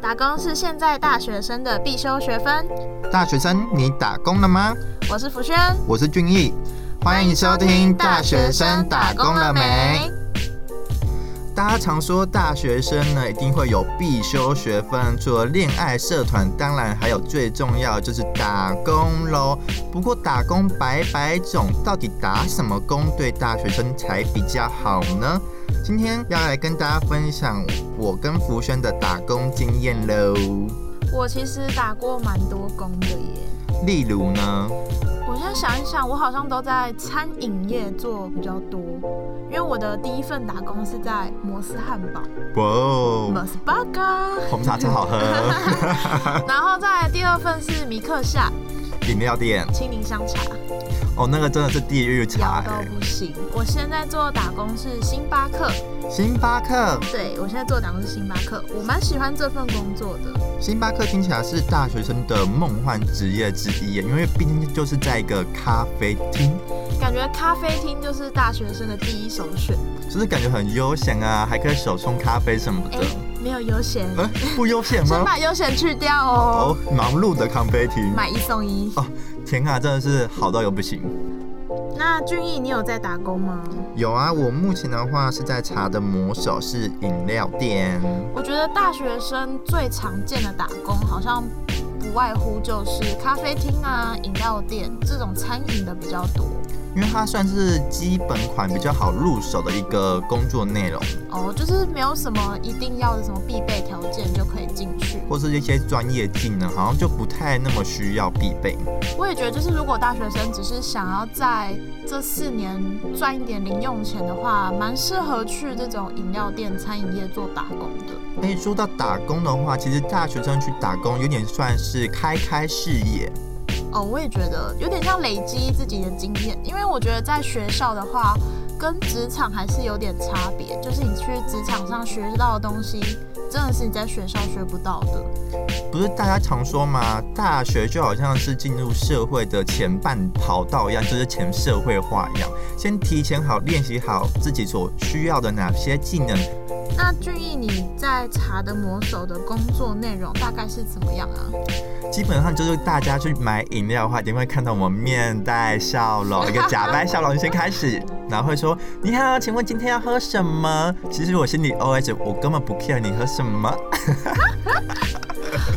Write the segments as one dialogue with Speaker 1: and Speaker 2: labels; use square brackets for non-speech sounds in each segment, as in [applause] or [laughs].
Speaker 1: 打工是现在大学生的必修学分。
Speaker 2: 大学生，你打工了吗？
Speaker 1: 我是福轩，
Speaker 2: 我是俊逸，欢迎收听《大学生打工了没》。？大家常说大学生呢一定会有必修学分，除了恋爱、社团，当然还有最重要的就是打工喽。不过打工百百种，到底打什么工对大学生才比较好呢？今天要来跟大家分享我跟福轩的打工经验喽。
Speaker 1: 我其实打过蛮多工的耶。
Speaker 2: 例如呢，
Speaker 1: 我现在想一想，我好像都在餐饮业做比较多，因为我的第一份打工是在摩斯汉堡
Speaker 2: 哇
Speaker 1: 摩
Speaker 2: 哦，
Speaker 1: 斯 b u r g e
Speaker 2: 红茶真好喝， [laughs]
Speaker 1: 然后再来第二份是米克夏
Speaker 2: 饮料店
Speaker 1: 青柠香茶，
Speaker 2: 哦，那个真的是地狱
Speaker 1: 摇
Speaker 2: 茶、
Speaker 1: 到
Speaker 2: 欸，
Speaker 1: 不行。我现在做打工是星巴克，
Speaker 2: 星巴克。
Speaker 1: 对我现在做打工是星巴克，我蛮喜欢这份工作的。
Speaker 2: 星巴克听起来是大学生的梦幻职业之一耶，因为毕竟就是在一个咖啡厅，
Speaker 1: 感觉咖啡厅就是大学生的第一首选。
Speaker 2: 就是感觉很悠闲啊，还可以手冲咖啡什么
Speaker 1: 哎、
Speaker 2: 的。
Speaker 1: 没有悠闲，
Speaker 2: 呃，不悠闲
Speaker 1: 先
Speaker 2: 吗？
Speaker 1: 把悠闲去掉哦。
Speaker 2: 哦，忙碌的咖啡厅，
Speaker 1: 买一送一。
Speaker 2: 哦天啊，真的是好到又不行。
Speaker 1: 那俊逸，你有在打工吗？
Speaker 2: 有啊，我目前的话是在查的魔手是饮料店，
Speaker 1: 我觉得大学生最常见的打工，好像不外乎就是咖啡厅啊、饮料店这种餐饮的比较多。
Speaker 2: 因为它算是基本款比较好入手的一个工作内容，
Speaker 1: 哦，就是没有什么一定要的什么必备条件就可以进去。
Speaker 2: 或是一些专业技能，好像就不太那么需要必备。
Speaker 1: 我也觉得，就是如果大学生只是想要在这四年赚一点零用钱的话，蛮适合去这种饮料店、餐饮业做打工的。
Speaker 2: 哎，说到打工的话，其实大学生去打工有点算是开开视野，
Speaker 1: 哦，我也觉得有点像累积自己的经验，因为我觉得在学校的话，跟职场还是有点差别，就是你去职场上学到的东西，真的是你在学校学不到的。
Speaker 2: 不是大家常说吗？大学就好像是进入社会的前半跑道一样，就是前社会化一样，先提前好练习好自己所需要的哪些技能。
Speaker 1: 那俊逸，你在茶的魔手的工作内容大概是怎么样啊？
Speaker 2: 基本上就是大家去买饮料的话，一定会看到我们面带笑容，一个假扮笑容先开始，然后会说：“你好，请问今天要喝什么？”其实我心里 OS：我根本不 care 你喝什么。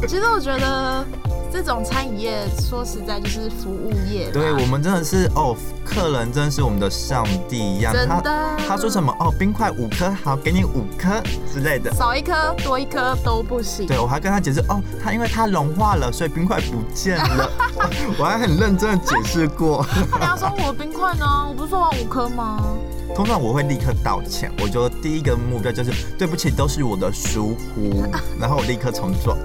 Speaker 1: 其实我觉得这种餐饮业，说实在就是服务业啦。
Speaker 2: [laughs] 对我们真的是哦，客人真的是我们的上帝一样。
Speaker 1: 真
Speaker 2: 他
Speaker 1: 的。
Speaker 2: 他说什么哦，冰块五颗，好，给你五颗之类的。
Speaker 1: 少一颗多一颗都不行。
Speaker 2: 对，我还跟他解释哦，他因为它融化了，所以冰块不见了。 [laughs] 我还很认真的解释过。
Speaker 1: 他等下说我冰块呢？我不是说完五颗吗？
Speaker 2: 通常我会立刻道歉，我就第一个目标就是对不起，都是我的疏忽，然后我立刻重做。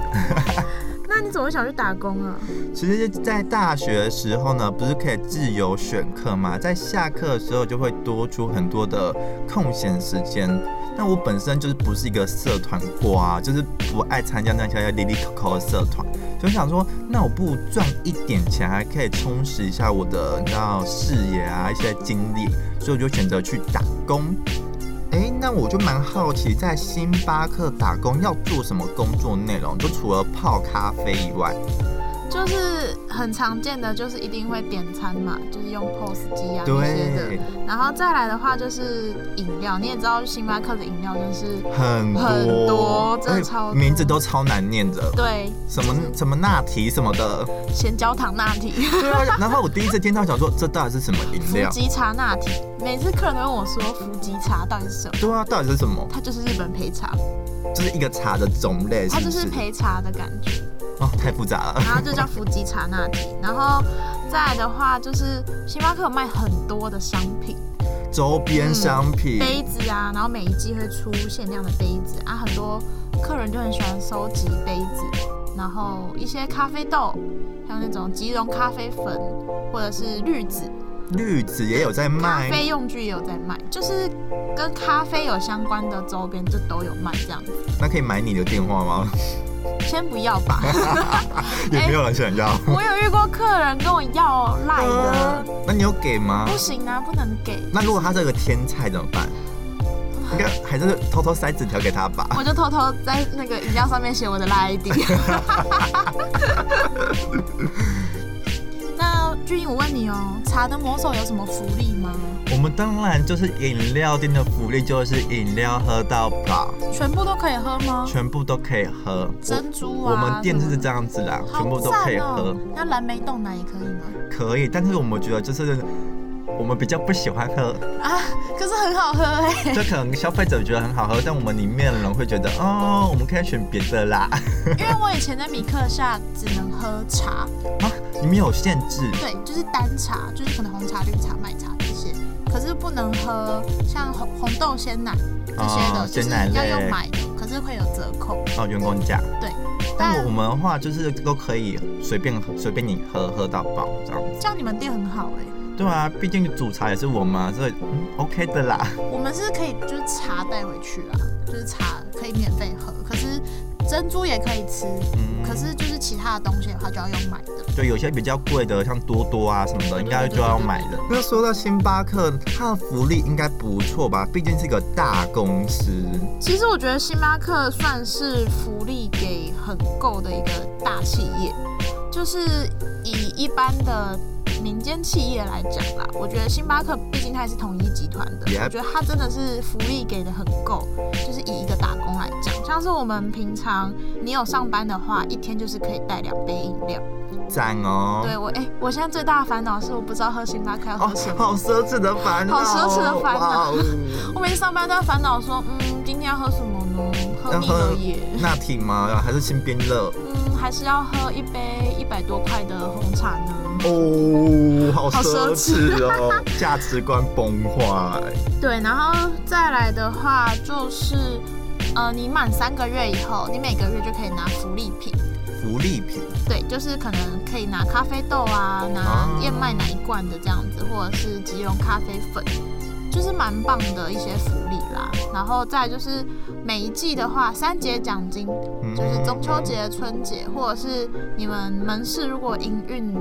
Speaker 1: 那你怎么会想去打工啊？
Speaker 2: 其实，在大学的时候呢，不是可以自由选课嘛？在下课的时候就会多出很多的空闲时间。那我本身就是不是一个社团瓜、就是不爱参加那些里里口口的社团，所以想说，那我不如赚一点钱，还可以充实一下我的你知道视野啊，一些经历，所以我就选择去打工。诶，那我就蛮好奇，在星巴克打工要做什么工作内容？就除了泡咖啡以外。
Speaker 1: 就是很常见的，就是一定会点餐嘛，就是用 POS 机啊那些
Speaker 2: 对
Speaker 1: 的。，然后再来的话就是饮料，你也知道星巴克的饮料就是
Speaker 2: 很多
Speaker 1: 很多真的
Speaker 2: 哎
Speaker 1: 超多
Speaker 2: 名字都超难念的，
Speaker 1: 对
Speaker 2: 什么什么纳提什么的。
Speaker 1: 咸焦糖拿铁、[laughs]
Speaker 2: 对啊，然后我第一次听到想说这到底是什么饮
Speaker 1: 伏 [laughs]
Speaker 2: 料？
Speaker 1: 吉茶拿铁，每次客人都问我说伏吉茶到底是什么，
Speaker 2: 对啊，到底是什么？
Speaker 1: 它就是日本焙茶，
Speaker 2: 就是一个茶的种类，
Speaker 1: 它
Speaker 2: 是
Speaker 1: 就
Speaker 2: 不是
Speaker 1: 是？焙茶的感觉。
Speaker 2: 哦，太复杂了。
Speaker 1: 然后就叫伏吉茶拿铁。然后再来的话，就是星巴克有卖很多的商品，
Speaker 2: 周边商品，
Speaker 1: 杯子啊，然后每一季会出限量的杯子啊，很多客人就很喜欢收集杯子，然后一些咖啡豆，还有那种即溶咖啡粉或者是滤纸，
Speaker 2: 绿子也有在
Speaker 1: 咖
Speaker 2: 卖。
Speaker 1: 啡用具也有在卖，就是跟咖啡有相关的周边就都有卖这样子。
Speaker 2: 那可以买你的电话吗？
Speaker 1: 哎先不要吧，
Speaker 2: 也没有人想要。
Speaker 1: 我有遇过客人跟我要赖的，
Speaker 2: [laughs] 那你有给吗
Speaker 1: 不？行啊，不能给。
Speaker 2: 那如果他这个天菜怎么办？应该还是偷偷塞纸条给他吧。
Speaker 1: 我就偷偷在那个饮料上面写我的拉 ID。那俊英，我问你哦，茶的魔手有什么福利吗？
Speaker 2: 我们当然就是饮料店的福利，就是饮料喝到饱，
Speaker 1: 全部都可以喝吗？
Speaker 2: 全部都可以喝。我
Speaker 1: 珍珠啊
Speaker 2: 我们店就是这样子啦，全部都可以
Speaker 1: 好
Speaker 2: 喝
Speaker 1: 赞哦，那蓝莓冻奶也可以吗？
Speaker 2: 可以。但是我们觉得就是我们比较不喜欢
Speaker 1: [laughs]
Speaker 2: 喝，
Speaker 1: 啊，可是很好喝哎、
Speaker 2: 就可能消费者觉得很好喝，但我们里面的人会觉得，哦，我们可以选别的啦。
Speaker 1: [laughs] 因为我以前在米克夏只能喝茶，
Speaker 2: 啊，里面有限制，
Speaker 1: 对，就是单茶，就是可能红茶、绿茶、麦茶这些，可是不能喝像红红豆鲜奶这些的，
Speaker 2: 哦
Speaker 1: 就是
Speaker 2: 鲜奶类
Speaker 1: 要用买的，可是会有折扣。
Speaker 2: 哦，员工价。
Speaker 1: 对，
Speaker 2: 但
Speaker 1: 但
Speaker 2: 我们的话就是都可以随便喝，随便你喝，喝到饱这样子。
Speaker 1: 这样你们店很好哎、
Speaker 2: 对啊，毕竟煮茶也是我嘛，所以、嗯、OK 的啦。
Speaker 1: 我们是可以就是茶带回去啊，就是茶可以免费喝，可是珍珠也可以吃，
Speaker 2: 嗯，
Speaker 1: 可是就是其他的东西的话就要用买的。
Speaker 2: 就有些比较贵的，像多多啊什么的，应该就要买的。那说到星巴克，它的福利应该不错吧？毕竟是个大公司。
Speaker 1: 其实我觉得星巴克算是福利给很够的一个大企业，就是以一般的民间企业来讲啦，我觉得星巴克毕竟它也是统一集团的
Speaker 2: Yep
Speaker 1: 我觉得它真的是福利给的很够，就是以一个打工来讲，像是我们平常你有上班的话，一天就是可以带两杯饮料。
Speaker 2: 赞哦。
Speaker 1: 对我，哎、我现在最大的烦恼是我不知道喝星巴克要
Speaker 2: 哦
Speaker 1: 喝什，么。
Speaker 2: 好奢侈的烦恼、哦，
Speaker 1: 好奢侈的烦恼
Speaker 2: 哇哦。 [laughs]
Speaker 1: 我每次上班都在烦恼说，嗯，今天要喝什么呢？喝
Speaker 2: 要
Speaker 1: 腻了
Speaker 2: 喝
Speaker 1: 耶。
Speaker 2: 拿铁吗？还是新冰乐？
Speaker 1: 嗯，还是要喝一杯一百多块的红茶呢。
Speaker 2: 哦， [laughs] 好
Speaker 1: 好
Speaker 2: 奢
Speaker 1: 奢
Speaker 2: 侈 [laughs] 哦，价值观崩坏。
Speaker 1: 对，然后再来的话就是，呃，你满三个月以后，你每个月就可以拿福利品，
Speaker 2: 福利品，
Speaker 1: 对，就是可能可以拿咖啡豆啊，
Speaker 2: 啊
Speaker 1: 拿燕麦奶一罐的这样子，或者是吉隆咖啡粉。就是蛮棒的一些福利啦，然后再就是每一季的话，三节奖金
Speaker 2: 嗯
Speaker 1: 就是中秋。节、春节，或者是你们门市如果营运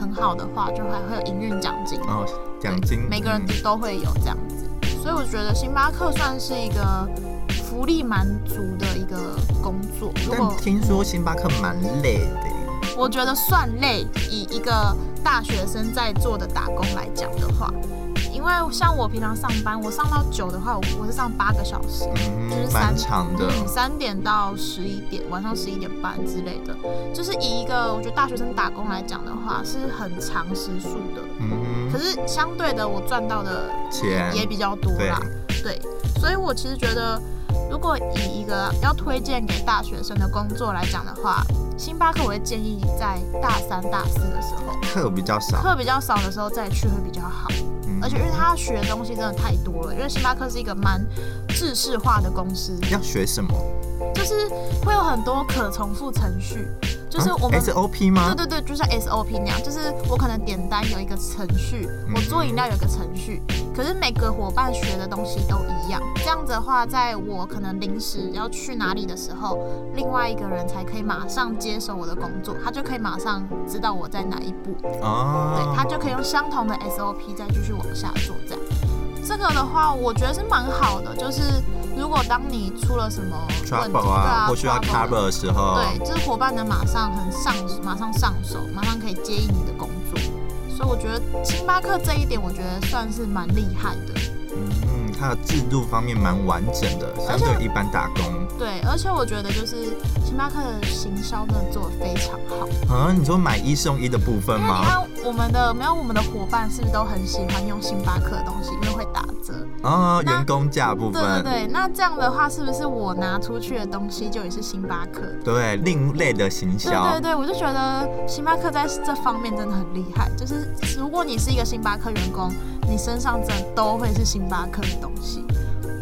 Speaker 1: 很好的话，就还会有营运奖金。
Speaker 2: 哦，奖金，
Speaker 1: 每个人
Speaker 2: 嗯
Speaker 1: 都会有这样子。所以我觉得星巴克算是一个福利蛮足的一个工作。如果
Speaker 2: 但听说星巴克蛮累的耶。
Speaker 1: 我觉得算累，以一个大学生在做的打工来讲的话，因为像我平常上班，我上到九的话，我我是上八个小时。就是
Speaker 2: 嗯，
Speaker 1: 三
Speaker 2: 蛮长的。
Speaker 1: 嗯，三点到十一点，晚上十一点半之类的，就是以一个我觉得大学生打工来讲的话，是很长时数的。
Speaker 2: 嗯
Speaker 1: 可
Speaker 2: 哼，
Speaker 1: 是相对的，我赚到的
Speaker 2: 钱啊
Speaker 1: 也比较多啦。对，所以我其实觉得，如果以一个要推荐给大学生的工作来讲的话，星巴克我会建议在大三、大四的时候，
Speaker 2: 课比较少，
Speaker 1: 课比较少的时候再去会比较好。
Speaker 2: 嗯
Speaker 1: 而且因为他学的东西真的太多了，因为星巴克是一个蛮制式化的公司，
Speaker 2: 要学什么？
Speaker 1: 就是会有很多可重复程序，就是我们。
Speaker 2: 啊 S O P 吗？
Speaker 1: 对对对，就像 SOP 那样，就是我可能点单有一个程序，
Speaker 2: 嗯
Speaker 1: 我做饮料有一个程序，可是每个伙伴学的东西都一样。这样子的话，在我可能临时要去哪里的时候，另外一个人才可以马上接手我的工作，他就可以马上知道我在哪一步，
Speaker 2: 哦
Speaker 1: 对，他就可以用相同的 SOP 再继续往下做这样。这个的话，我觉得是蛮好的，就是如果当你出了什么问题，
Speaker 2: trouble
Speaker 1: 对
Speaker 2: 啊，
Speaker 1: 啊，
Speaker 2: 或需要
Speaker 1: trouble 啊
Speaker 2: cover 的时候，
Speaker 1: 对，就是伙伴能马上很上，马上上手，马上可以接应你的工作。所以我觉得星巴克这一点，我觉得算是蛮厉害的。
Speaker 2: 嗯，它的制度方面蛮完整的，相
Speaker 1: 而且
Speaker 2: 对一般打工。
Speaker 1: 对，而且我觉得就是星巴克的行销真的做得非常好，
Speaker 2: 啊，你说买一送一的部分
Speaker 1: 因为你
Speaker 2: 吗？
Speaker 1: 看我们的没有我们的伙伴是不是都很喜欢用星巴克的东西，因为会打折。
Speaker 2: 哦，
Speaker 1: 那
Speaker 2: 员工价部
Speaker 1: 对对
Speaker 2: 分，
Speaker 1: 对，那这样的话，是不是我拿出去的东西就也是星巴克的？
Speaker 2: 对，另类的行
Speaker 1: 对
Speaker 2: 销
Speaker 1: 对，对，我就觉得星巴克在这方面真的很厉害。就是如果你是一个星巴克员工，你身上真的都会是星巴克的东西。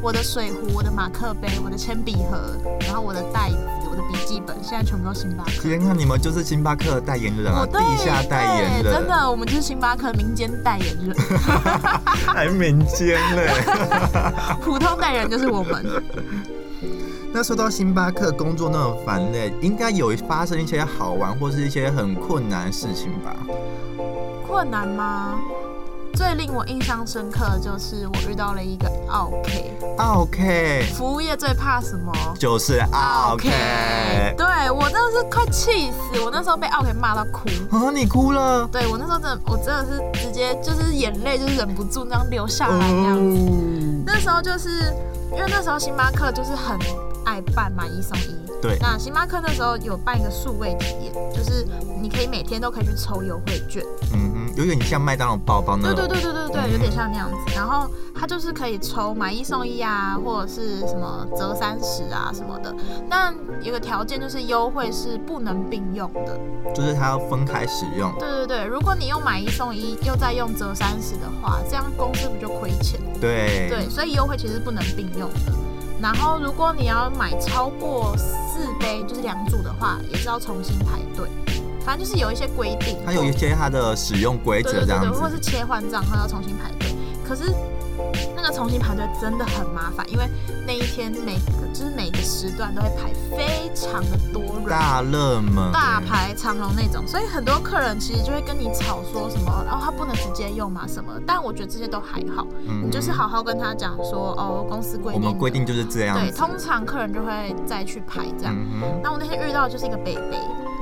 Speaker 1: 我的水壶、我的马克杯、我的铅笔盒，然后我的袋子、我的笔记本，现在全部都星巴克。
Speaker 2: 天啊，你们就是星巴克的代言人啊，
Speaker 1: 哦，
Speaker 2: 地
Speaker 1: 对，
Speaker 2: 下代言
Speaker 1: 对
Speaker 2: 人，
Speaker 1: 真的，我 [laughs] 们就是星巴克民间代言人， [laughs]
Speaker 2: 还民间嘞。
Speaker 1: 普通代言人就是我们。
Speaker 2: 那说到星巴克工作那么烦累，应该有发生一些好玩或是一些很困难的事情吧？
Speaker 1: 困难吗？最令我印象深刻的就是我遇到了一个 OK，
Speaker 2: OK，
Speaker 1: 服务业最怕什么？
Speaker 2: 就是
Speaker 1: 奥
Speaker 2: OK。 [laughs]
Speaker 1: 对我真的是快气死，我那时候被 OK 骂到哭。
Speaker 2: 啊，你哭了。
Speaker 1: 对我那时候真的，我真的是直接就是眼泪就是忍不住那样流下来那
Speaker 2: 嗯
Speaker 1: 样子。
Speaker 2: 哦
Speaker 1: 那时候就是因为那时候星巴克就是很爱办买一送一，
Speaker 2: 对
Speaker 1: 那星巴克那时候有办一个数位体验，就是你可以每天都可以去抽优惠券。
Speaker 2: 嗯哼，有点像麦当劳包包那
Speaker 1: 对
Speaker 2: 种。
Speaker 1: 对对对对对，有点像那样子。然后它就是可以抽买一送一啊，或者是什么折三十啊什么的。但有个条件就是优惠是不能并用的。
Speaker 2: 就是它要分开使用。
Speaker 1: 对对对，如果你用买一送一又再用折三十的话，这样公司不就亏钱？
Speaker 2: 对
Speaker 1: 对，所以优惠其实不能并用的。然后如果你要买超过四杯，就是两组的话，也是要重新排队。反正就是有一些规定，
Speaker 2: 它有一些它的使用规
Speaker 1: 对
Speaker 2: 则
Speaker 1: 对
Speaker 2: 这
Speaker 1: 对
Speaker 2: 样
Speaker 1: 对，
Speaker 2: 子
Speaker 1: 或。是切换账号要重新排队。可是那个重新排队真的很麻烦，因为那一天每个就是每个时段都会排非常的多人。
Speaker 2: 大热门。
Speaker 1: 大。排长龙那种，所以很多客人其实就会跟你吵说什么，哦然、后他不能直接用嘛什么的，但我觉得这些都还好，
Speaker 2: 嗯哼
Speaker 1: 你就是。好好跟他讲说，哦，公司规
Speaker 2: 我
Speaker 1: 定的，
Speaker 2: 们规定就是这样
Speaker 1: 对，
Speaker 2: 子。
Speaker 1: 通常客人就会再去排这样。
Speaker 2: 嗯哼，
Speaker 1: 那我那天遇到的就是一个北北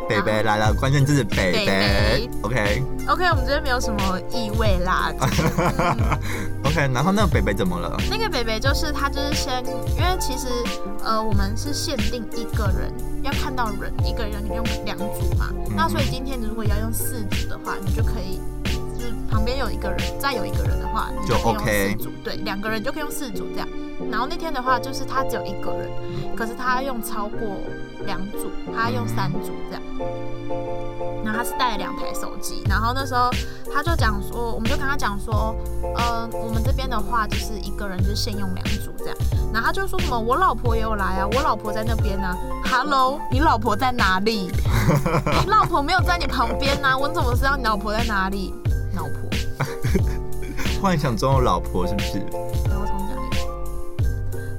Speaker 2: 北北来了，关键字是北
Speaker 1: 北北
Speaker 2: 北。OK
Speaker 1: ，OK，我们这边没有什么异味啦，就是
Speaker 2: [laughs]
Speaker 1: 嗯
Speaker 2: OK，然后那个北北怎么了？
Speaker 1: 那个北北就是他，就是先，因为其实呃，我们是限定一个人要看到人，一个人用两组嘛。
Speaker 2: 嗯
Speaker 1: 那所以今天你如果要用四组的话，你就可以，就是旁边有一个人，再有一个人的话，你
Speaker 2: 就
Speaker 1: 可以用
Speaker 2: OK
Speaker 1: 四组。对，两个人就可以用四组这样。然后那天的话，就是他只有一个人，
Speaker 2: 嗯
Speaker 1: 可是他用超过两组，他用三组这样。然后他是带了两台手机，然后那时候他就讲说，我们就跟他讲说，呃，我们这边的话就是一个人就是限用两组这样。然后他就说什么，我老婆也有来啊，我老婆在那边啊。Hello，你老婆在哪
Speaker 2: [laughs]
Speaker 1: 里？你老婆没有在你旁边呐、啊，我怎么知道你老婆在哪里？老婆，
Speaker 2: 幻想中的老婆是不是？
Speaker 1: 然后重讲一遍，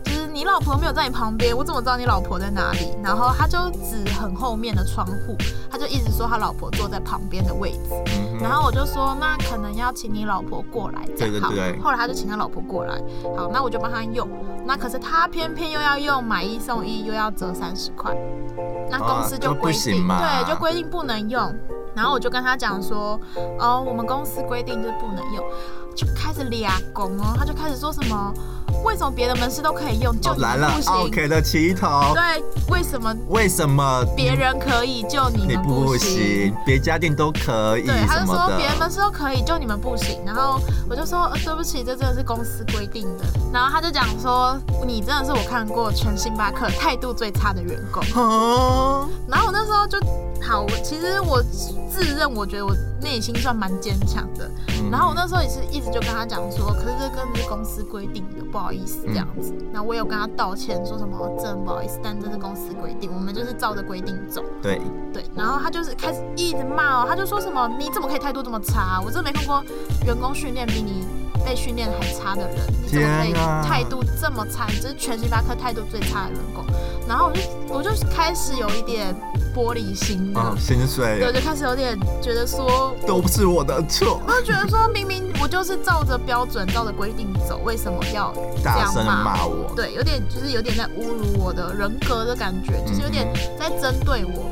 Speaker 1: 就是你老婆没有在你旁边，我怎么知道你老婆在哪里？然后他就指很后面的窗户，他就一直说他老婆坐在旁边的位置。
Speaker 2: 嗯
Speaker 1: 然
Speaker 2: 哼，
Speaker 1: 后我就说，那可能要请你老婆过来，这样
Speaker 2: 对对
Speaker 1: 好。
Speaker 2: 对
Speaker 1: 后来他就请他老婆过来，好，那我就帮他用。那可是他偏偏又要用买一送一，又要折三十块，那公司
Speaker 2: 啊
Speaker 1: 就
Speaker 2: 就不
Speaker 1: 规
Speaker 2: 行
Speaker 1: 定，
Speaker 2: 嘛
Speaker 1: 对，就规定不能用。然后我就跟他讲说，哦，我们公司规定就是不能用，就开始俩拱哦，他就开始说什么，为什么别的门市都可以用，就
Speaker 2: 哦
Speaker 1: 你
Speaker 2: 来了
Speaker 1: 不行？
Speaker 2: ，OK 的起头。
Speaker 1: 对，为什么
Speaker 2: 为什么
Speaker 1: 别人可以，就你
Speaker 2: 你
Speaker 1: 们
Speaker 2: 不
Speaker 1: 行？
Speaker 2: 行？别家店都可以
Speaker 1: 对，他
Speaker 2: 什
Speaker 1: 就
Speaker 2: 么
Speaker 1: 说别人
Speaker 2: 的。
Speaker 1: 门市都可以，就你们不行。然后我就说、呃、对不起，这真的是公司规定的。然后他就讲说你真的是我看过全星巴克态度最差的员工。
Speaker 2: 啊
Speaker 1: 然后我那时候就好，我其实我自认我觉得我内心算蛮坚强的。
Speaker 2: 嗯
Speaker 1: 然后我那时候也是一直就跟他讲说，可是这跟是公司规定的，不好意思这样子。然后我有跟他道歉，说什么真的不好意思，但这是公司规定，我们就是照着规定走。
Speaker 2: 对，
Speaker 1: 对，然后他就是开始一直骂哦，他就说什么你怎么可以态度这么差？啊我真的没看过员工训练比你被训练还差的人，你怎么可以
Speaker 2: 天啊
Speaker 1: 态度这么差？你这是全星巴克态度最差的员工。然后我就我就开始有一点玻璃心
Speaker 2: 哦
Speaker 1: 了，，
Speaker 2: 薪
Speaker 1: 对，我
Speaker 2: 水
Speaker 1: 就开始有点觉得说，
Speaker 2: 都不是我的错。
Speaker 1: 我就觉得说明明我就是照着标准、照着规定走，为什么要这
Speaker 2: 大
Speaker 1: 样
Speaker 2: 声
Speaker 1: 骂？
Speaker 2: 骂我。
Speaker 1: 对，有点就是有点在侮辱我的人格的感觉，就是有点在针对我。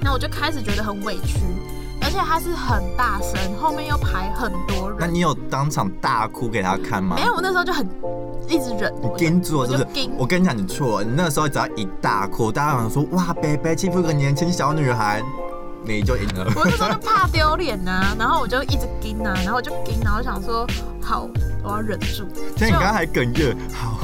Speaker 1: 那我就开始觉得很委屈，而且他是很大声，后面又排很多
Speaker 2: 那
Speaker 1: 人。
Speaker 2: 你有当场大哭给他看吗
Speaker 1: 没？有，我那时候就很一直忍，
Speaker 2: 你
Speaker 1: 我就
Speaker 2: 盯住了是
Speaker 1: 我
Speaker 2: 不
Speaker 1: 就是盯？
Speaker 2: 我跟你讲，你错了。你那时候只要一大哭，大家想说哇，北北欺负一个年轻小女孩，你就赢了。
Speaker 1: 我那时候就怕丢脸呐，啊然后我就一直盯啊，然后我就盯，然后想说好，我要忍住。
Speaker 2: 所以你刚刚还哽咽。好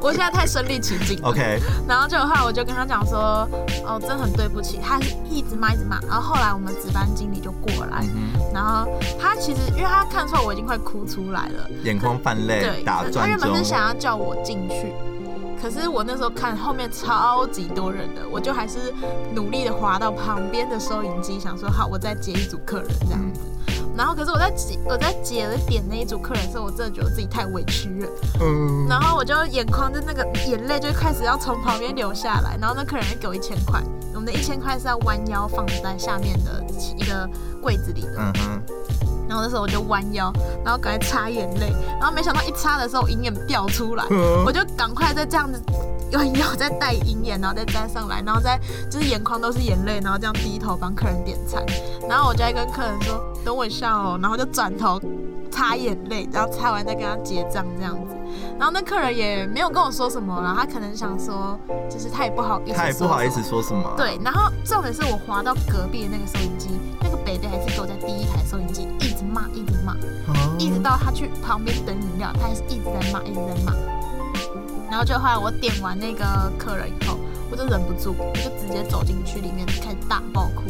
Speaker 1: 我现在太身临其境了。
Speaker 2: [laughs] ，OK，
Speaker 1: 然后就后来我就跟他讲说，哦，真的很对不起，他是一直骂一直骂。然后后来我们值班经理就过来，
Speaker 2: 嗯哼
Speaker 1: 然后他其实因为他看出来我已经快哭出来了，
Speaker 2: 眼眶泛泪，
Speaker 1: 对，
Speaker 2: 哎打
Speaker 1: 他
Speaker 2: 转
Speaker 1: 原本
Speaker 2: 中
Speaker 1: 是。想要叫我进去，可是我那时候看后面超级多人的，我就还是努力的滑到旁边的收银机，想说好，我再接一组客人这样子。然后可是我在解我在解了点那一组客人的时候，我真的觉得自己太委屈了。
Speaker 2: 嗯，
Speaker 1: 然后我就眼眶就那个眼泪就开始要从旁边流下来，然后那客人就给我一千块，我们的一千块是要弯腰放在下面的一个柜子里的，
Speaker 2: 嗯哼，
Speaker 1: 然后那时候我就弯腰，然后赶快擦眼泪，然后没想到一擦的时候银眼掉出
Speaker 2: [laughs]
Speaker 1: 来，我就赶快再这样子弯腰再戴银眼，然后再粘上来，然后再就是眼眶都是眼泪，然后这样低头帮客人点餐，然后我就在跟客人说等我一下哦，然后就转头擦眼泪，然后擦完再跟他结账这样子，然后那客人也没有跟我说什么啦，他可能想说就是他也不好意思，
Speaker 2: 他也不好意思。说什么。，
Speaker 1: 对，然后重点是我滑到隔壁的那个收音机，那个北北还是给我在第一台收音机一直骂，一直骂，
Speaker 2: 嗯
Speaker 1: 一直到他去旁边等饮料，他还是一直在骂，一直在骂。然后就后来我点完那个客人以后，我就忍不住，我就直接走进去里面开始大爆哭。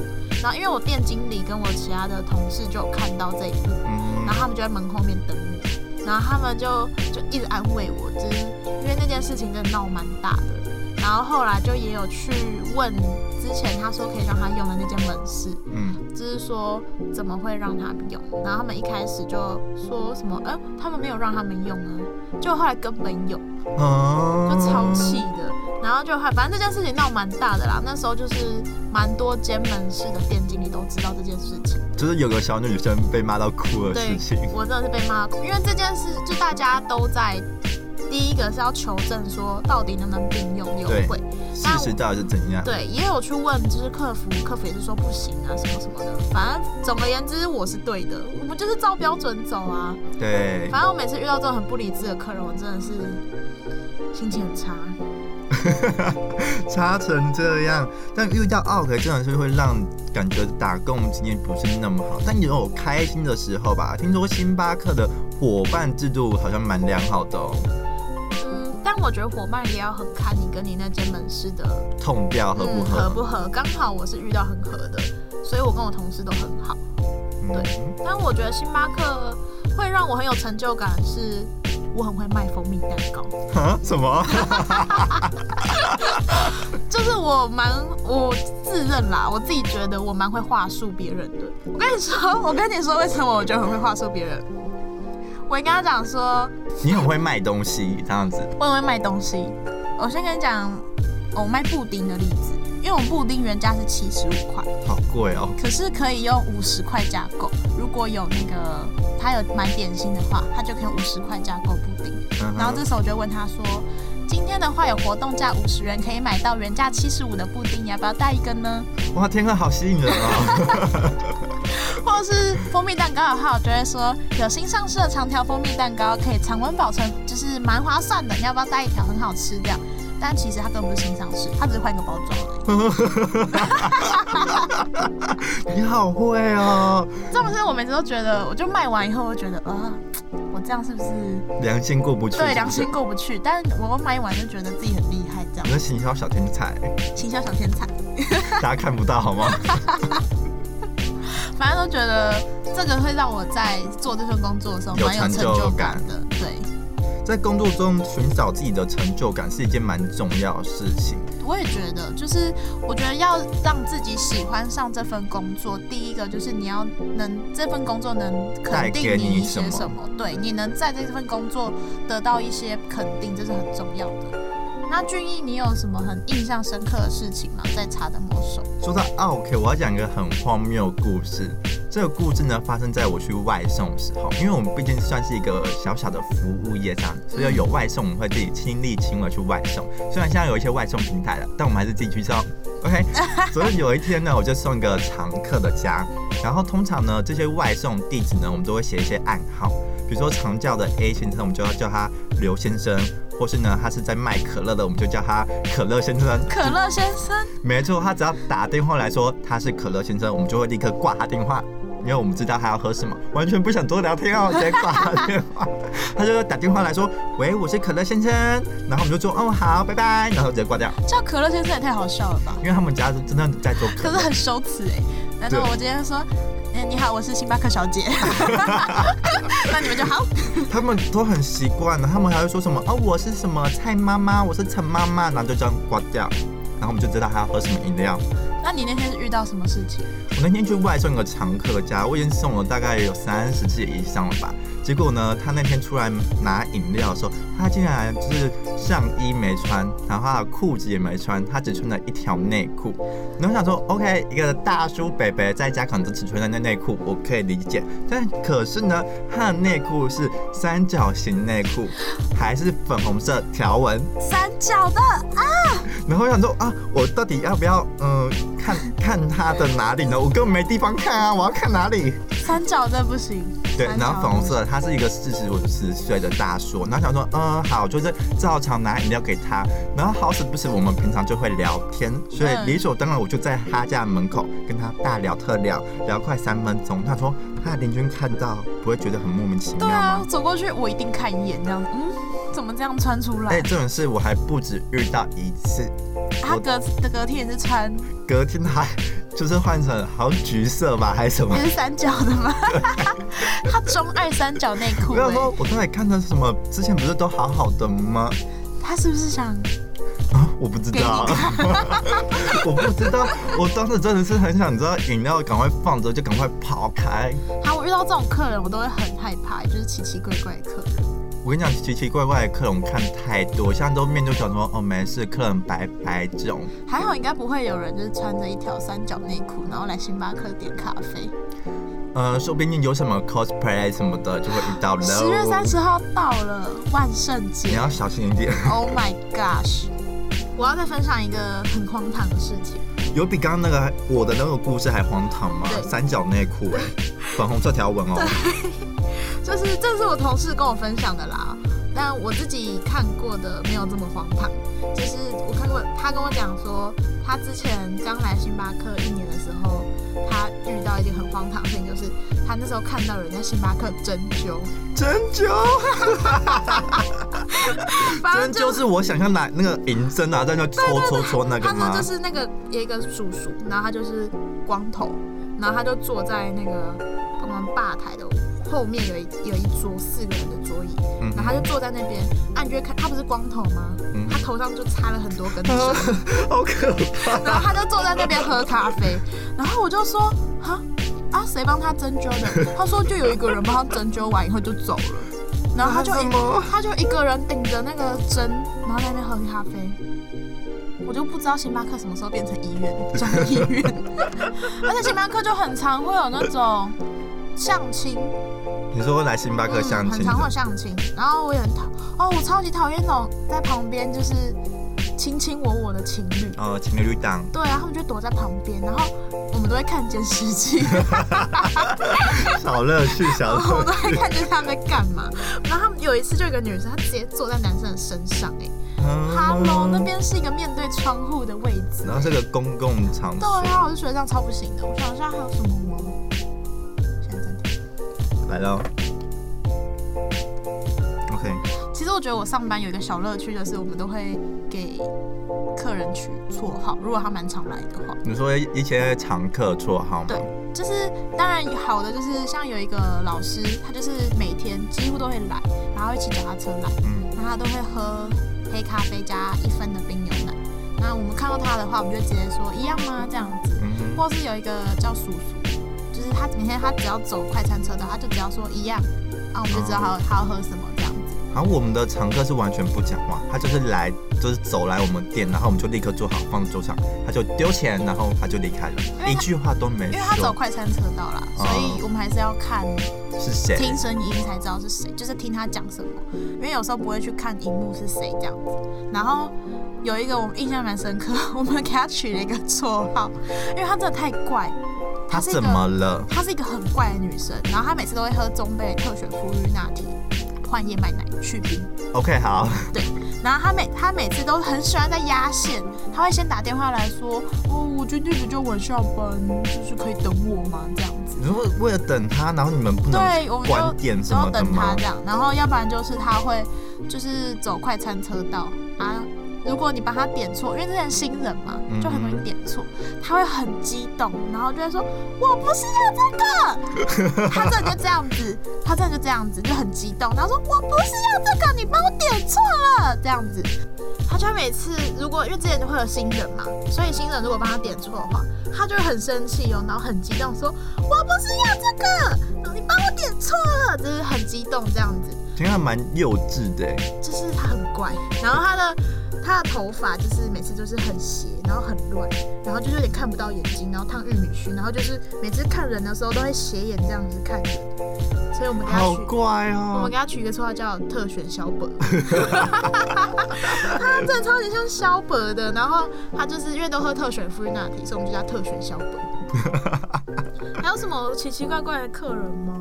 Speaker 1: 然后因为我店经理跟我其他的同事就有看到这一幕，
Speaker 2: 嗯
Speaker 1: 然后他们就在门后面等我，然后他们就就一直安慰我，就是因为那件事情真的闹蛮大的。然后后来就也有去问之前他说可以让他用的那间门市，
Speaker 2: 嗯，
Speaker 1: 就是说怎么会让他们用？然后他们一开始就说什么，呃，他们没有让他们用啊，就后来根本有，
Speaker 2: 哦
Speaker 1: 就超气的。然后就还反正这件事情闹蛮大的啦，那时候就是蛮多间门市的店经理都知道这件事情。
Speaker 2: 就是有个小女生被骂到哭的事
Speaker 1: 对
Speaker 2: 情。
Speaker 1: 我真的是被骂哭，因为这件事就大家都在第一个是要求证说到底能不能并用优惠，
Speaker 2: 事
Speaker 1: 那
Speaker 2: 实到底是怎样？
Speaker 1: 对，也有去问就是客服，客服也是说不行啊什么什么的，反正总而言之我是对的，我们就是照标准走啊。
Speaker 2: 对，
Speaker 1: 反正我每次遇到这种很不理智的客人，我真的是心情很差。
Speaker 2: 差成这样，但遇到 OK 真的是会让感觉打工经验不是那么好，但也有开心的时候吧。听说星巴克的伙伴制度好像蛮良好的哦，
Speaker 1: 嗯，但我觉得伙伴也要很看你跟你那间门市的
Speaker 2: 痛掉合不
Speaker 1: 嗯
Speaker 2: 合？
Speaker 1: 合不合，刚好我是遇到很合的，所以我跟我同事都很好。
Speaker 2: 嗯
Speaker 1: 但我觉得星巴克会让我很有成就感，是我很会卖蜂蜜蛋糕，
Speaker 2: 啊？什么？
Speaker 1: 就是我蛮我自认啦，我自己觉得我蛮会话术别人的。我跟你说，我跟你说，为什么我觉得很会话术别人？我跟他讲说，
Speaker 2: [laughs] 你很会卖东西这样子？
Speaker 1: 我很会卖东西。我先跟你讲，哦我卖布丁的例子，因为我布丁原价是七十五块，
Speaker 2: 好贵哦。
Speaker 1: 可是可以用五十块加购。如果有那个他有买点心的话，他就可以五十块加购布丁。
Speaker 2: 嗯哼
Speaker 1: 然后这时候我就问他说：“今天的话有活动价五十元，可以买到原价七十五的布丁，你要不要带一个呢？
Speaker 2: 哇，天啊，好吸引人 [laughs] 哦！
Speaker 1: 或者是蜂蜜蛋糕的话，我就会说有新上市的长条蜂蜜蛋糕，可以常温保存，就是蛮划算的，你要不要带一条？很好吃这样。但其实它根本不是新上市，它只是换一个包装而已。
Speaker 2: 你好会哦，
Speaker 1: 这不是我每次都觉得，我就卖完以后，我就觉得啊、我这样是不是
Speaker 2: 良心过不去。
Speaker 1: 对良心。过不去？但我卖完就觉得自己很厉害，这样
Speaker 2: 你是行销小天 [laughs] 才，
Speaker 1: 行销小天才。”
Speaker 2: 大家看不到好吗？
Speaker 1: 反正都觉得这个会让我在做这份工作的时候
Speaker 2: 有
Speaker 1: 蛮有
Speaker 2: 成
Speaker 1: 成
Speaker 2: 就
Speaker 1: 就
Speaker 2: 感
Speaker 1: 感的。对，
Speaker 2: 在工作中寻找自己的成就感是一件蛮重要的事情。
Speaker 1: 我也觉得，就是我觉得要让自己喜欢上这份工作，第一个就是你要能这份工作能肯
Speaker 2: 带
Speaker 1: 定
Speaker 2: 给你
Speaker 1: 一些
Speaker 2: 什
Speaker 1: 什么，对，你能在这份工作得到一些肯定，这是很重要的。那俊逸，你有什么很印象深刻的事情吗？在茶的魔手，
Speaker 2: 说到 OK，我要讲一个很荒谬的故事。这个故事呢，发生在我去外送的时候，因为我们毕竟算是一个小小的服务业这样，所以有外送我们会自己亲力亲为去外送。虽然现在有一些外送平台了，但我们还是自己去送。OK，所以有一天呢，我就送一个常客的家，然后通常呢，这些外送地址呢，我们都会写一些暗号，比如说常叫的 A 先生，我们就要叫他刘先生，或是呢，他是在卖可乐的，我们就叫他可乐先生。
Speaker 1: 可乐先生，
Speaker 2: 没错，他只要打电话来说他是可乐先生，我们就会立刻挂他电话，因为我们知道他要喝什么，完全不想多聊天哦，直接挂他电话。他就打电话来说：“喂，我是可乐先生。”然后我们就说：“哦，好，拜拜。”然后直接挂掉，
Speaker 1: 叫可乐先生也太好笑了吧？
Speaker 2: 因为他们家是真的在做可
Speaker 1: 可
Speaker 2: 乐
Speaker 1: 是。很羞耻哎、难道
Speaker 2: 对
Speaker 1: 我今天说，哎、你好，我是星巴克小
Speaker 2: [laughs]
Speaker 1: 姐，那你们就好，
Speaker 2: 他们都很习惯了，他们还会说什么哦，我是什么蔡妈妈，我是陈妈妈，然后就这样挂掉，然后我们就知道他要喝什么饮料。
Speaker 1: 那你那天是遇到什么事情？
Speaker 2: 我那天去外送一个常客家，我已经送了大概有三十件以上了吧。结果呢，他那天出来拿饮料的时候，他竟然就是上衣没穿，然后他的裤子也没穿，他只穿了一条内裤。然后我想说，OK，一个大叔北北在家可能只穿那内裤，我可以理解。但可是呢，他的内裤是三角形内裤，还是粉红色条纹。
Speaker 1: 三角的
Speaker 2: 然后我想说啊，我到底要不要嗯、呃看看他的哪里呢？我根本没地方看啊，我要看哪里？
Speaker 1: 三角的不行。
Speaker 2: 对，
Speaker 1: 三
Speaker 2: 然
Speaker 1: 角
Speaker 2: 后粉红色的，他是一个四十五十岁的大叔，然后想说，嗯，好，就是照常拿饮料给他。然后好死不死，我们平常就会聊天，所以
Speaker 1: 嗯
Speaker 2: 理所当然我就在他家门口跟他大聊特聊，聊快三分钟。他说他的邻居看到不会觉得很莫名其妙
Speaker 1: 对
Speaker 2: 吗
Speaker 1: 啊？，走过去我一定看一眼，这样子，嗯，怎么这样穿出
Speaker 2: 哎、
Speaker 1: 来？
Speaker 2: 这种事我还不止遇到一次，
Speaker 1: 他
Speaker 2: 我
Speaker 1: 隔隔天也是穿
Speaker 2: 隔天他 [laughs] 就是换成好像橘色吧，还是什么
Speaker 1: 也？是三角的
Speaker 2: [laughs]
Speaker 1: 吗？他钟爱三角内裤、
Speaker 2: 我想
Speaker 1: 欸
Speaker 2: 说，，我刚才看的是什么？之前不是都好好的吗？ [laughs]
Speaker 1: 他是不是想
Speaker 2: 啊，我不知
Speaker 1: 给你
Speaker 2: 道， [laughs] 我不知道，我当时真的是很想知道饮料赶快放着，就赶快跑开。
Speaker 1: 好，我遇到这种客人，我都会很害怕，欸就是奇奇怪怪的客人。
Speaker 2: 我跟你讲，奇奇怪怪的客人我看太多，现在都面对想说，哦，没事，客人拜拜这种。
Speaker 1: 还好应该不会有人就是穿着一条三角内裤，然后来星巴克点咖啡。
Speaker 2: 呃，说不定有什么 cosplay 什么的，就会遇到喽。
Speaker 1: 十月三十，号到了，万圣
Speaker 2: 你
Speaker 1: 节
Speaker 2: 要小心一点。
Speaker 1: ，Oh my gosh！我要再分享一个很荒唐的事情。
Speaker 2: 有比刚刚那个我的那个故事还荒唐吗
Speaker 1: 对？
Speaker 2: 三角内裤，哎，粉红色条纹
Speaker 1: [laughs]
Speaker 2: 哦。
Speaker 1: 就是这是我同事跟我分享的啦，但我自己看过的没有这么荒唐。就是我看过他跟我讲说，他之前刚来星巴克一年的时候，他遇到一件很荒唐的事情，就是他那时候看到人在星巴克针灸，
Speaker 2: 针灸。
Speaker 1: 反正
Speaker 2: 针
Speaker 1: 就
Speaker 2: 灸是我想象拿那个银针啊，在那戳戳戳那个
Speaker 1: 他
Speaker 2: 吗
Speaker 1: 说就？是那个有一个叔叔，然后他就是光头，然后他就坐在那个我们吧台的后面有一有一桌四个人的桌椅，
Speaker 2: 嗯
Speaker 1: 然后他就坐在那边，啊，你就会看他不是光头吗？
Speaker 2: 嗯
Speaker 1: 他头上就插了很多根
Speaker 2: [laughs]
Speaker 1: 针，
Speaker 2: 啊好可
Speaker 1: 然后
Speaker 2: 怕！
Speaker 1: 他就坐在那边喝咖啡，然后我就说啊啊，谁帮他针灸的？他说就有一个人帮他针灸完以后就走了，然后
Speaker 2: [laughs]
Speaker 1: 他就
Speaker 2: 啊
Speaker 1: 一
Speaker 2: 什么
Speaker 1: 哦他就一个人顶着那个针，然后在那边喝咖啡。我就不知道星巴克什么时候变成医院，中医
Speaker 2: [laughs]
Speaker 1: 院，而且星巴克就很常会有那种相亲，
Speaker 2: 你说来星巴克相
Speaker 1: 嗯，很
Speaker 2: 亲
Speaker 1: 常会有
Speaker 2: 的，
Speaker 1: 相亲，然后我也很讨，哦，我超级讨厌那种在旁边就是卿卿我我的情侣，
Speaker 2: 呃，情侣档，
Speaker 1: 对啊，他们就躲在旁边，然后我们都会看监视
Speaker 2: [laughs]
Speaker 1: 器，
Speaker 2: 小乐趣，小
Speaker 1: 然后我 [laughs]
Speaker 2: 乐
Speaker 1: 都
Speaker 2: 趣
Speaker 1: 在看见他们在干嘛。然后他们有一次就有一个女生，她直接坐在男生的身上、欸，哎
Speaker 2: 嗯
Speaker 1: ，Hello，那。边是一个面对窗户的位置。
Speaker 2: 然后这个公共场
Speaker 1: 对
Speaker 2: 所
Speaker 1: 啊，我就觉得这样超不行的。我想一下还有什么吗？现在暂停。
Speaker 2: 来了。OK，
Speaker 1: 其实我觉得我上班有一个小乐趣，就是我们都会给客人取绰号，如果他蛮常来的话。
Speaker 2: 你说一些常客绰号吗？
Speaker 1: 对就是当然好的，就是像有一个老师，他就是每天几乎都会来，然后一起脚踏车来，
Speaker 2: 嗯，
Speaker 1: 然后他都会喝黑咖啡加一分的冰牛奶。那我们看到他的话，我们就直接说一样吗？这样子，
Speaker 2: 嗯哼，
Speaker 1: 或是有一个叫叔叔，就是他每天他只要走快餐车道，他就只要说一样，啊，我们就知道他要他要喝什么这样子。
Speaker 2: 然后我们的常客是完全不讲话，他就是来，就是走来我们店，然后我们就立刻做好放桌上，他就丢钱，然后他就离开了
Speaker 1: 为，他
Speaker 2: 一句话都没
Speaker 1: 因为他走
Speaker 2: 说。
Speaker 1: 快餐车道啦，所以我们还是要看
Speaker 2: 哦是谁？
Speaker 1: 听声音才知道是谁，就是听他讲什么。因为有时候不会去看荧幕是谁这样子。然后有一个我印象蛮深刻， [laughs] 我们给他取了一个绰号，因为他真的太怪。
Speaker 2: 他
Speaker 1: 是一个
Speaker 2: 怎么了？
Speaker 1: 她是一个很怪的女生，然后她每次都会喝中杯的特选馥郁拿铁换燕麦奶去冰，
Speaker 2: OK，好， [laughs]
Speaker 1: 然后她每她每次都很喜欢在压线，她会先打电话来说，哦，我今天比较晚下班，就是可以等我吗？这样子。
Speaker 2: 你说为了等他，然后你们不能
Speaker 1: 对，我们
Speaker 2: 关
Speaker 1: 就
Speaker 2: 店什
Speaker 1: 然后
Speaker 2: 么的
Speaker 1: 等她
Speaker 2: 吗
Speaker 1: 这？样，然后要不然就是她会就是走快餐车道啊。如果你帮她点错，因为之前新人嘛，就很容易点错，她会很激动，然后就会说：“我不是要这个。” [laughs] 她真的就这样子，她真的就这样子，就很激动，然后说：“我不是要这个，你帮我点错了。”这样子，他就会每次如果因为之前就会有新人嘛，所以新人如果帮他点错的话，他就会很生气哦，然后很激动说：“我不是要这个，然后你帮我点错了。”就是很激动这样子，
Speaker 2: 听起来蛮幼稚的欸，
Speaker 1: 就是他很乖。然后他的他的头发就是每次就是很斜，然后很乱，然后就是有点看不到眼睛，然后烫玉米须，然后就是每次看人的时候都会斜眼这样子看人，所以我们给他
Speaker 2: 好
Speaker 1: 取
Speaker 2: 怪
Speaker 1: 我
Speaker 2: 哦
Speaker 1: 们给、他取一个绰号叫“特选小本”，他真的超级像小本的。然后他就是因为都喝特选夫人拿铁，所以我们就叫特选小本。还有什么奇奇怪怪的客人吗？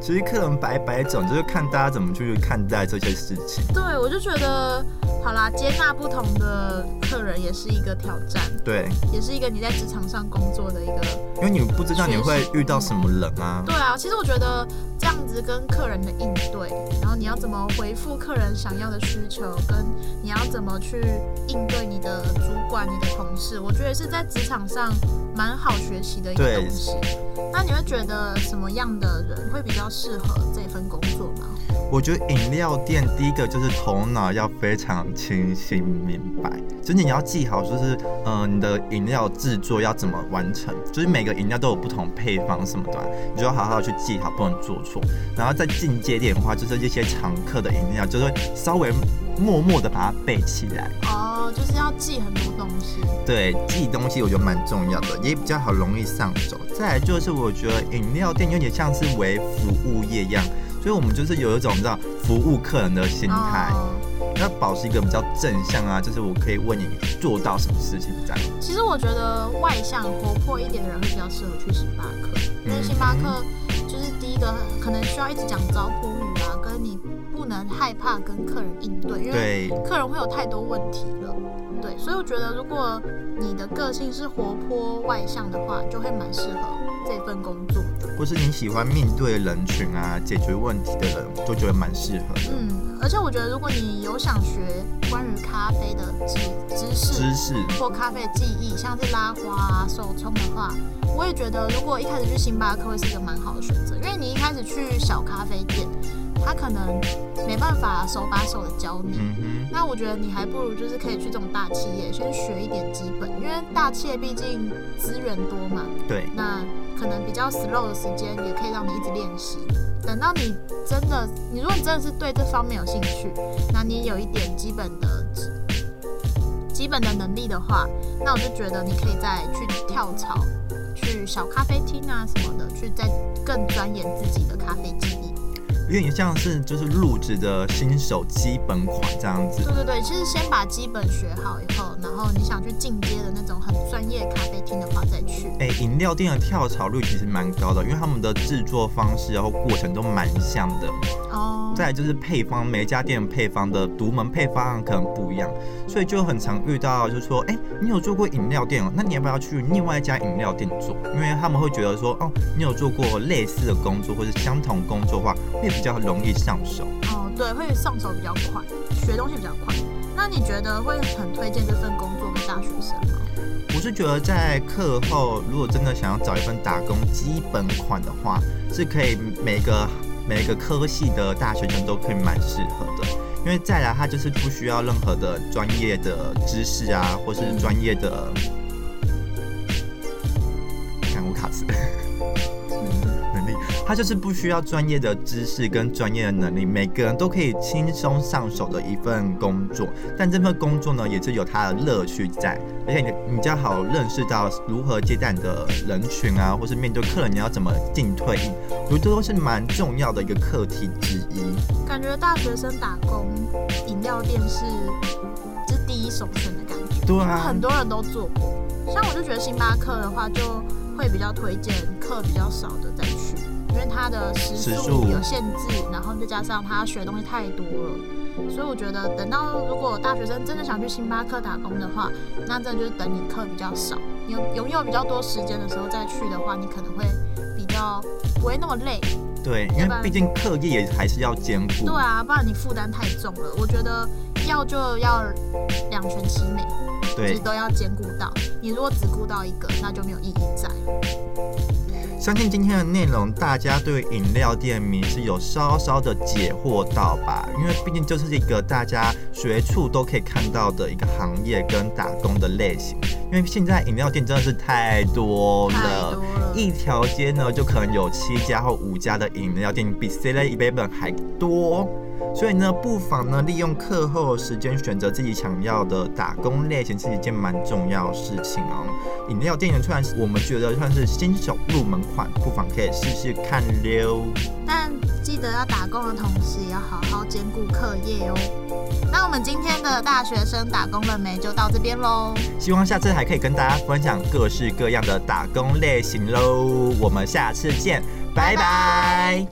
Speaker 2: 其实客人百百种，就是看大家怎么去看待这些事情。
Speaker 1: 对，我就觉得，好啦，接纳不同的客人也是一个挑战，
Speaker 2: 对，
Speaker 1: 也是一个你在职场上工作的一个。
Speaker 2: 因为你不知道你会遇到什么人啊。
Speaker 1: 对啊，其实我觉得这样子跟客人的应对，然后你要怎么回复客人想要的需求，跟你要怎么去应对你的主管、你的同事，我觉得是在职场上蛮好学习的一个
Speaker 2: 对
Speaker 1: 东西。那你会觉得什么样的人会比较适合这份工作吗？
Speaker 2: 我觉得饮料店第一个就是头脑要非常清醒明白，就是你要记好，就是呃你的饮料制作要怎么完成，就是每个饮料都有不同配方什么的啊、你就要好好去记好，不能做错。然后再进阶一点的话，就是一些常客的饮料，就是稍微默默的把它备起来。
Speaker 1: 哦，就是要记很多东西。
Speaker 2: 对，记东西我觉得蛮重要的，也比较好容易上手。再来就是我觉得饮料店有点像是为服务业一样，所以我们就是有一种你知道服务客人的心态，
Speaker 1: 哦
Speaker 2: 要保持一个比较正向啊，就是我可以为你做到什么事情这样。
Speaker 1: 其实我觉得外向活泼一点的人会比较适合去星巴克，因为星巴克就是第一个可能需要一直讲招呼语啊，跟你不能害怕跟客人应对，因为
Speaker 2: 对，
Speaker 1: 客人会有太多问题了。对，所以我觉得如果你的个性是活泼外向的话，就会蛮适合这份工作的。
Speaker 2: 或是你喜欢面对人群啊，解决问题的人，就觉得蛮适合的。
Speaker 1: 嗯，而且我觉得如果你有想学关于咖啡的知知识，
Speaker 2: 知识，
Speaker 1: 做咖啡的技艺，像是拉花啊、手冲的话，我也觉得如果一开始去星巴克会是一个蛮好的选择，因为你一开始去小咖啡店，他可能没办法手把手的教你。
Speaker 2: 嗯哼，
Speaker 1: 那我觉得你还不如就是可以去这种大企业先学一点基本，因为大企业毕竟资源多嘛，
Speaker 2: 对，
Speaker 1: 那可能比较 slow 的时间也可以让你一直练习。等到你真的，你如果你真的是对这方面有兴趣，那你有一点基本的基本的能力的话，那我就觉得你可以再去跳槽，去小咖啡厅啊什么的，去再更钻研自己的咖啡技艺。
Speaker 2: 有点像是就是入职的新手基本款这样子。
Speaker 1: 对对对，其实先把基本学好以后，然后你想去进阶的那种很专业咖啡厅的话再去。
Speaker 2: 哎，饮料店的跳槽率其实蛮高的，因为他们的制作方式然后过程都蛮像的。
Speaker 1: 哦，
Speaker 2: 再来就是配方，每一家店配方的独门配方可能不一样，所以就很常遇到，就是说，哎，你有做过饮料店哦，那你要不要去另外一家饮料店做？因为他们会觉得说，哦，你有做过类似的工作或是相同工作的话，会比较容易上手。
Speaker 1: 哦，对，会上手比较快，学东西比较快。那你觉得会很推荐这份工作给大学生吗？
Speaker 2: 我是觉得在课后，如果真的想要找一份打工基本款的话，是可以每个每个科系的大学生都可以蛮适合的，因为再来它就是不需要任何的专业的知识啊，或是专业的。看我卡词
Speaker 1: 嗯，
Speaker 2: 能力，它就是不需要专业的知识跟专业的能力，每个人都可以轻松上手的一份工作。但这份工作呢，也是有它的乐趣在，而且你你比较好认识到如何接待你的人群啊，或是面对客人你要怎么进退应，我觉得都是蛮重要的一个课题之一。
Speaker 1: 感觉大学生打工饮料店是是第一首选的感觉，
Speaker 2: 对
Speaker 1: 很多人都做过。像我就觉得星巴克的话，就会比较推荐课比较少的再去，因为它的时
Speaker 2: 时
Speaker 1: 数
Speaker 2: 数
Speaker 1: 有限制，然后再加上他学的东西太多了。所以我觉得，等到如果大学生真的想去星巴克打工的话，那这就是等你课比较少，你有拥有比较多时间的时候再去的话，你可能会比较不会那么累，
Speaker 2: 对，因为毕竟课业也还是要兼顾。
Speaker 1: 对啊，不然你负担太重了。我觉得要就要两全其美，
Speaker 2: 对
Speaker 1: 就是都要兼顾到。你如果只顾到一个，那就没有意义在。
Speaker 2: 相信今天的内容，大家对饮料店名是有稍稍的解惑到吧？因为毕竟就是一个大家随处都可以看到的一个行业跟打工的类型。因为现在饮料店真的是太多
Speaker 1: 太
Speaker 2: 了，
Speaker 1: 多了。
Speaker 2: 啊一条街呢，就可能有七家或五家的饮料店，比 Seven Eleven 还多。所以呢，不妨呢利用课后时间选择自己想要的打工类型，是一件蛮重要的事情哦。饮料店员虽然是我们觉得算是新手入门款，不妨可以试试看溜。
Speaker 1: 但记得要打工的同时，也要好好兼顾课业哦。那我们今天的大学生打工了没就到这边喽，
Speaker 2: 希望下次还可以跟大家分享各式各样的打工类型喽。我们下次见，拜拜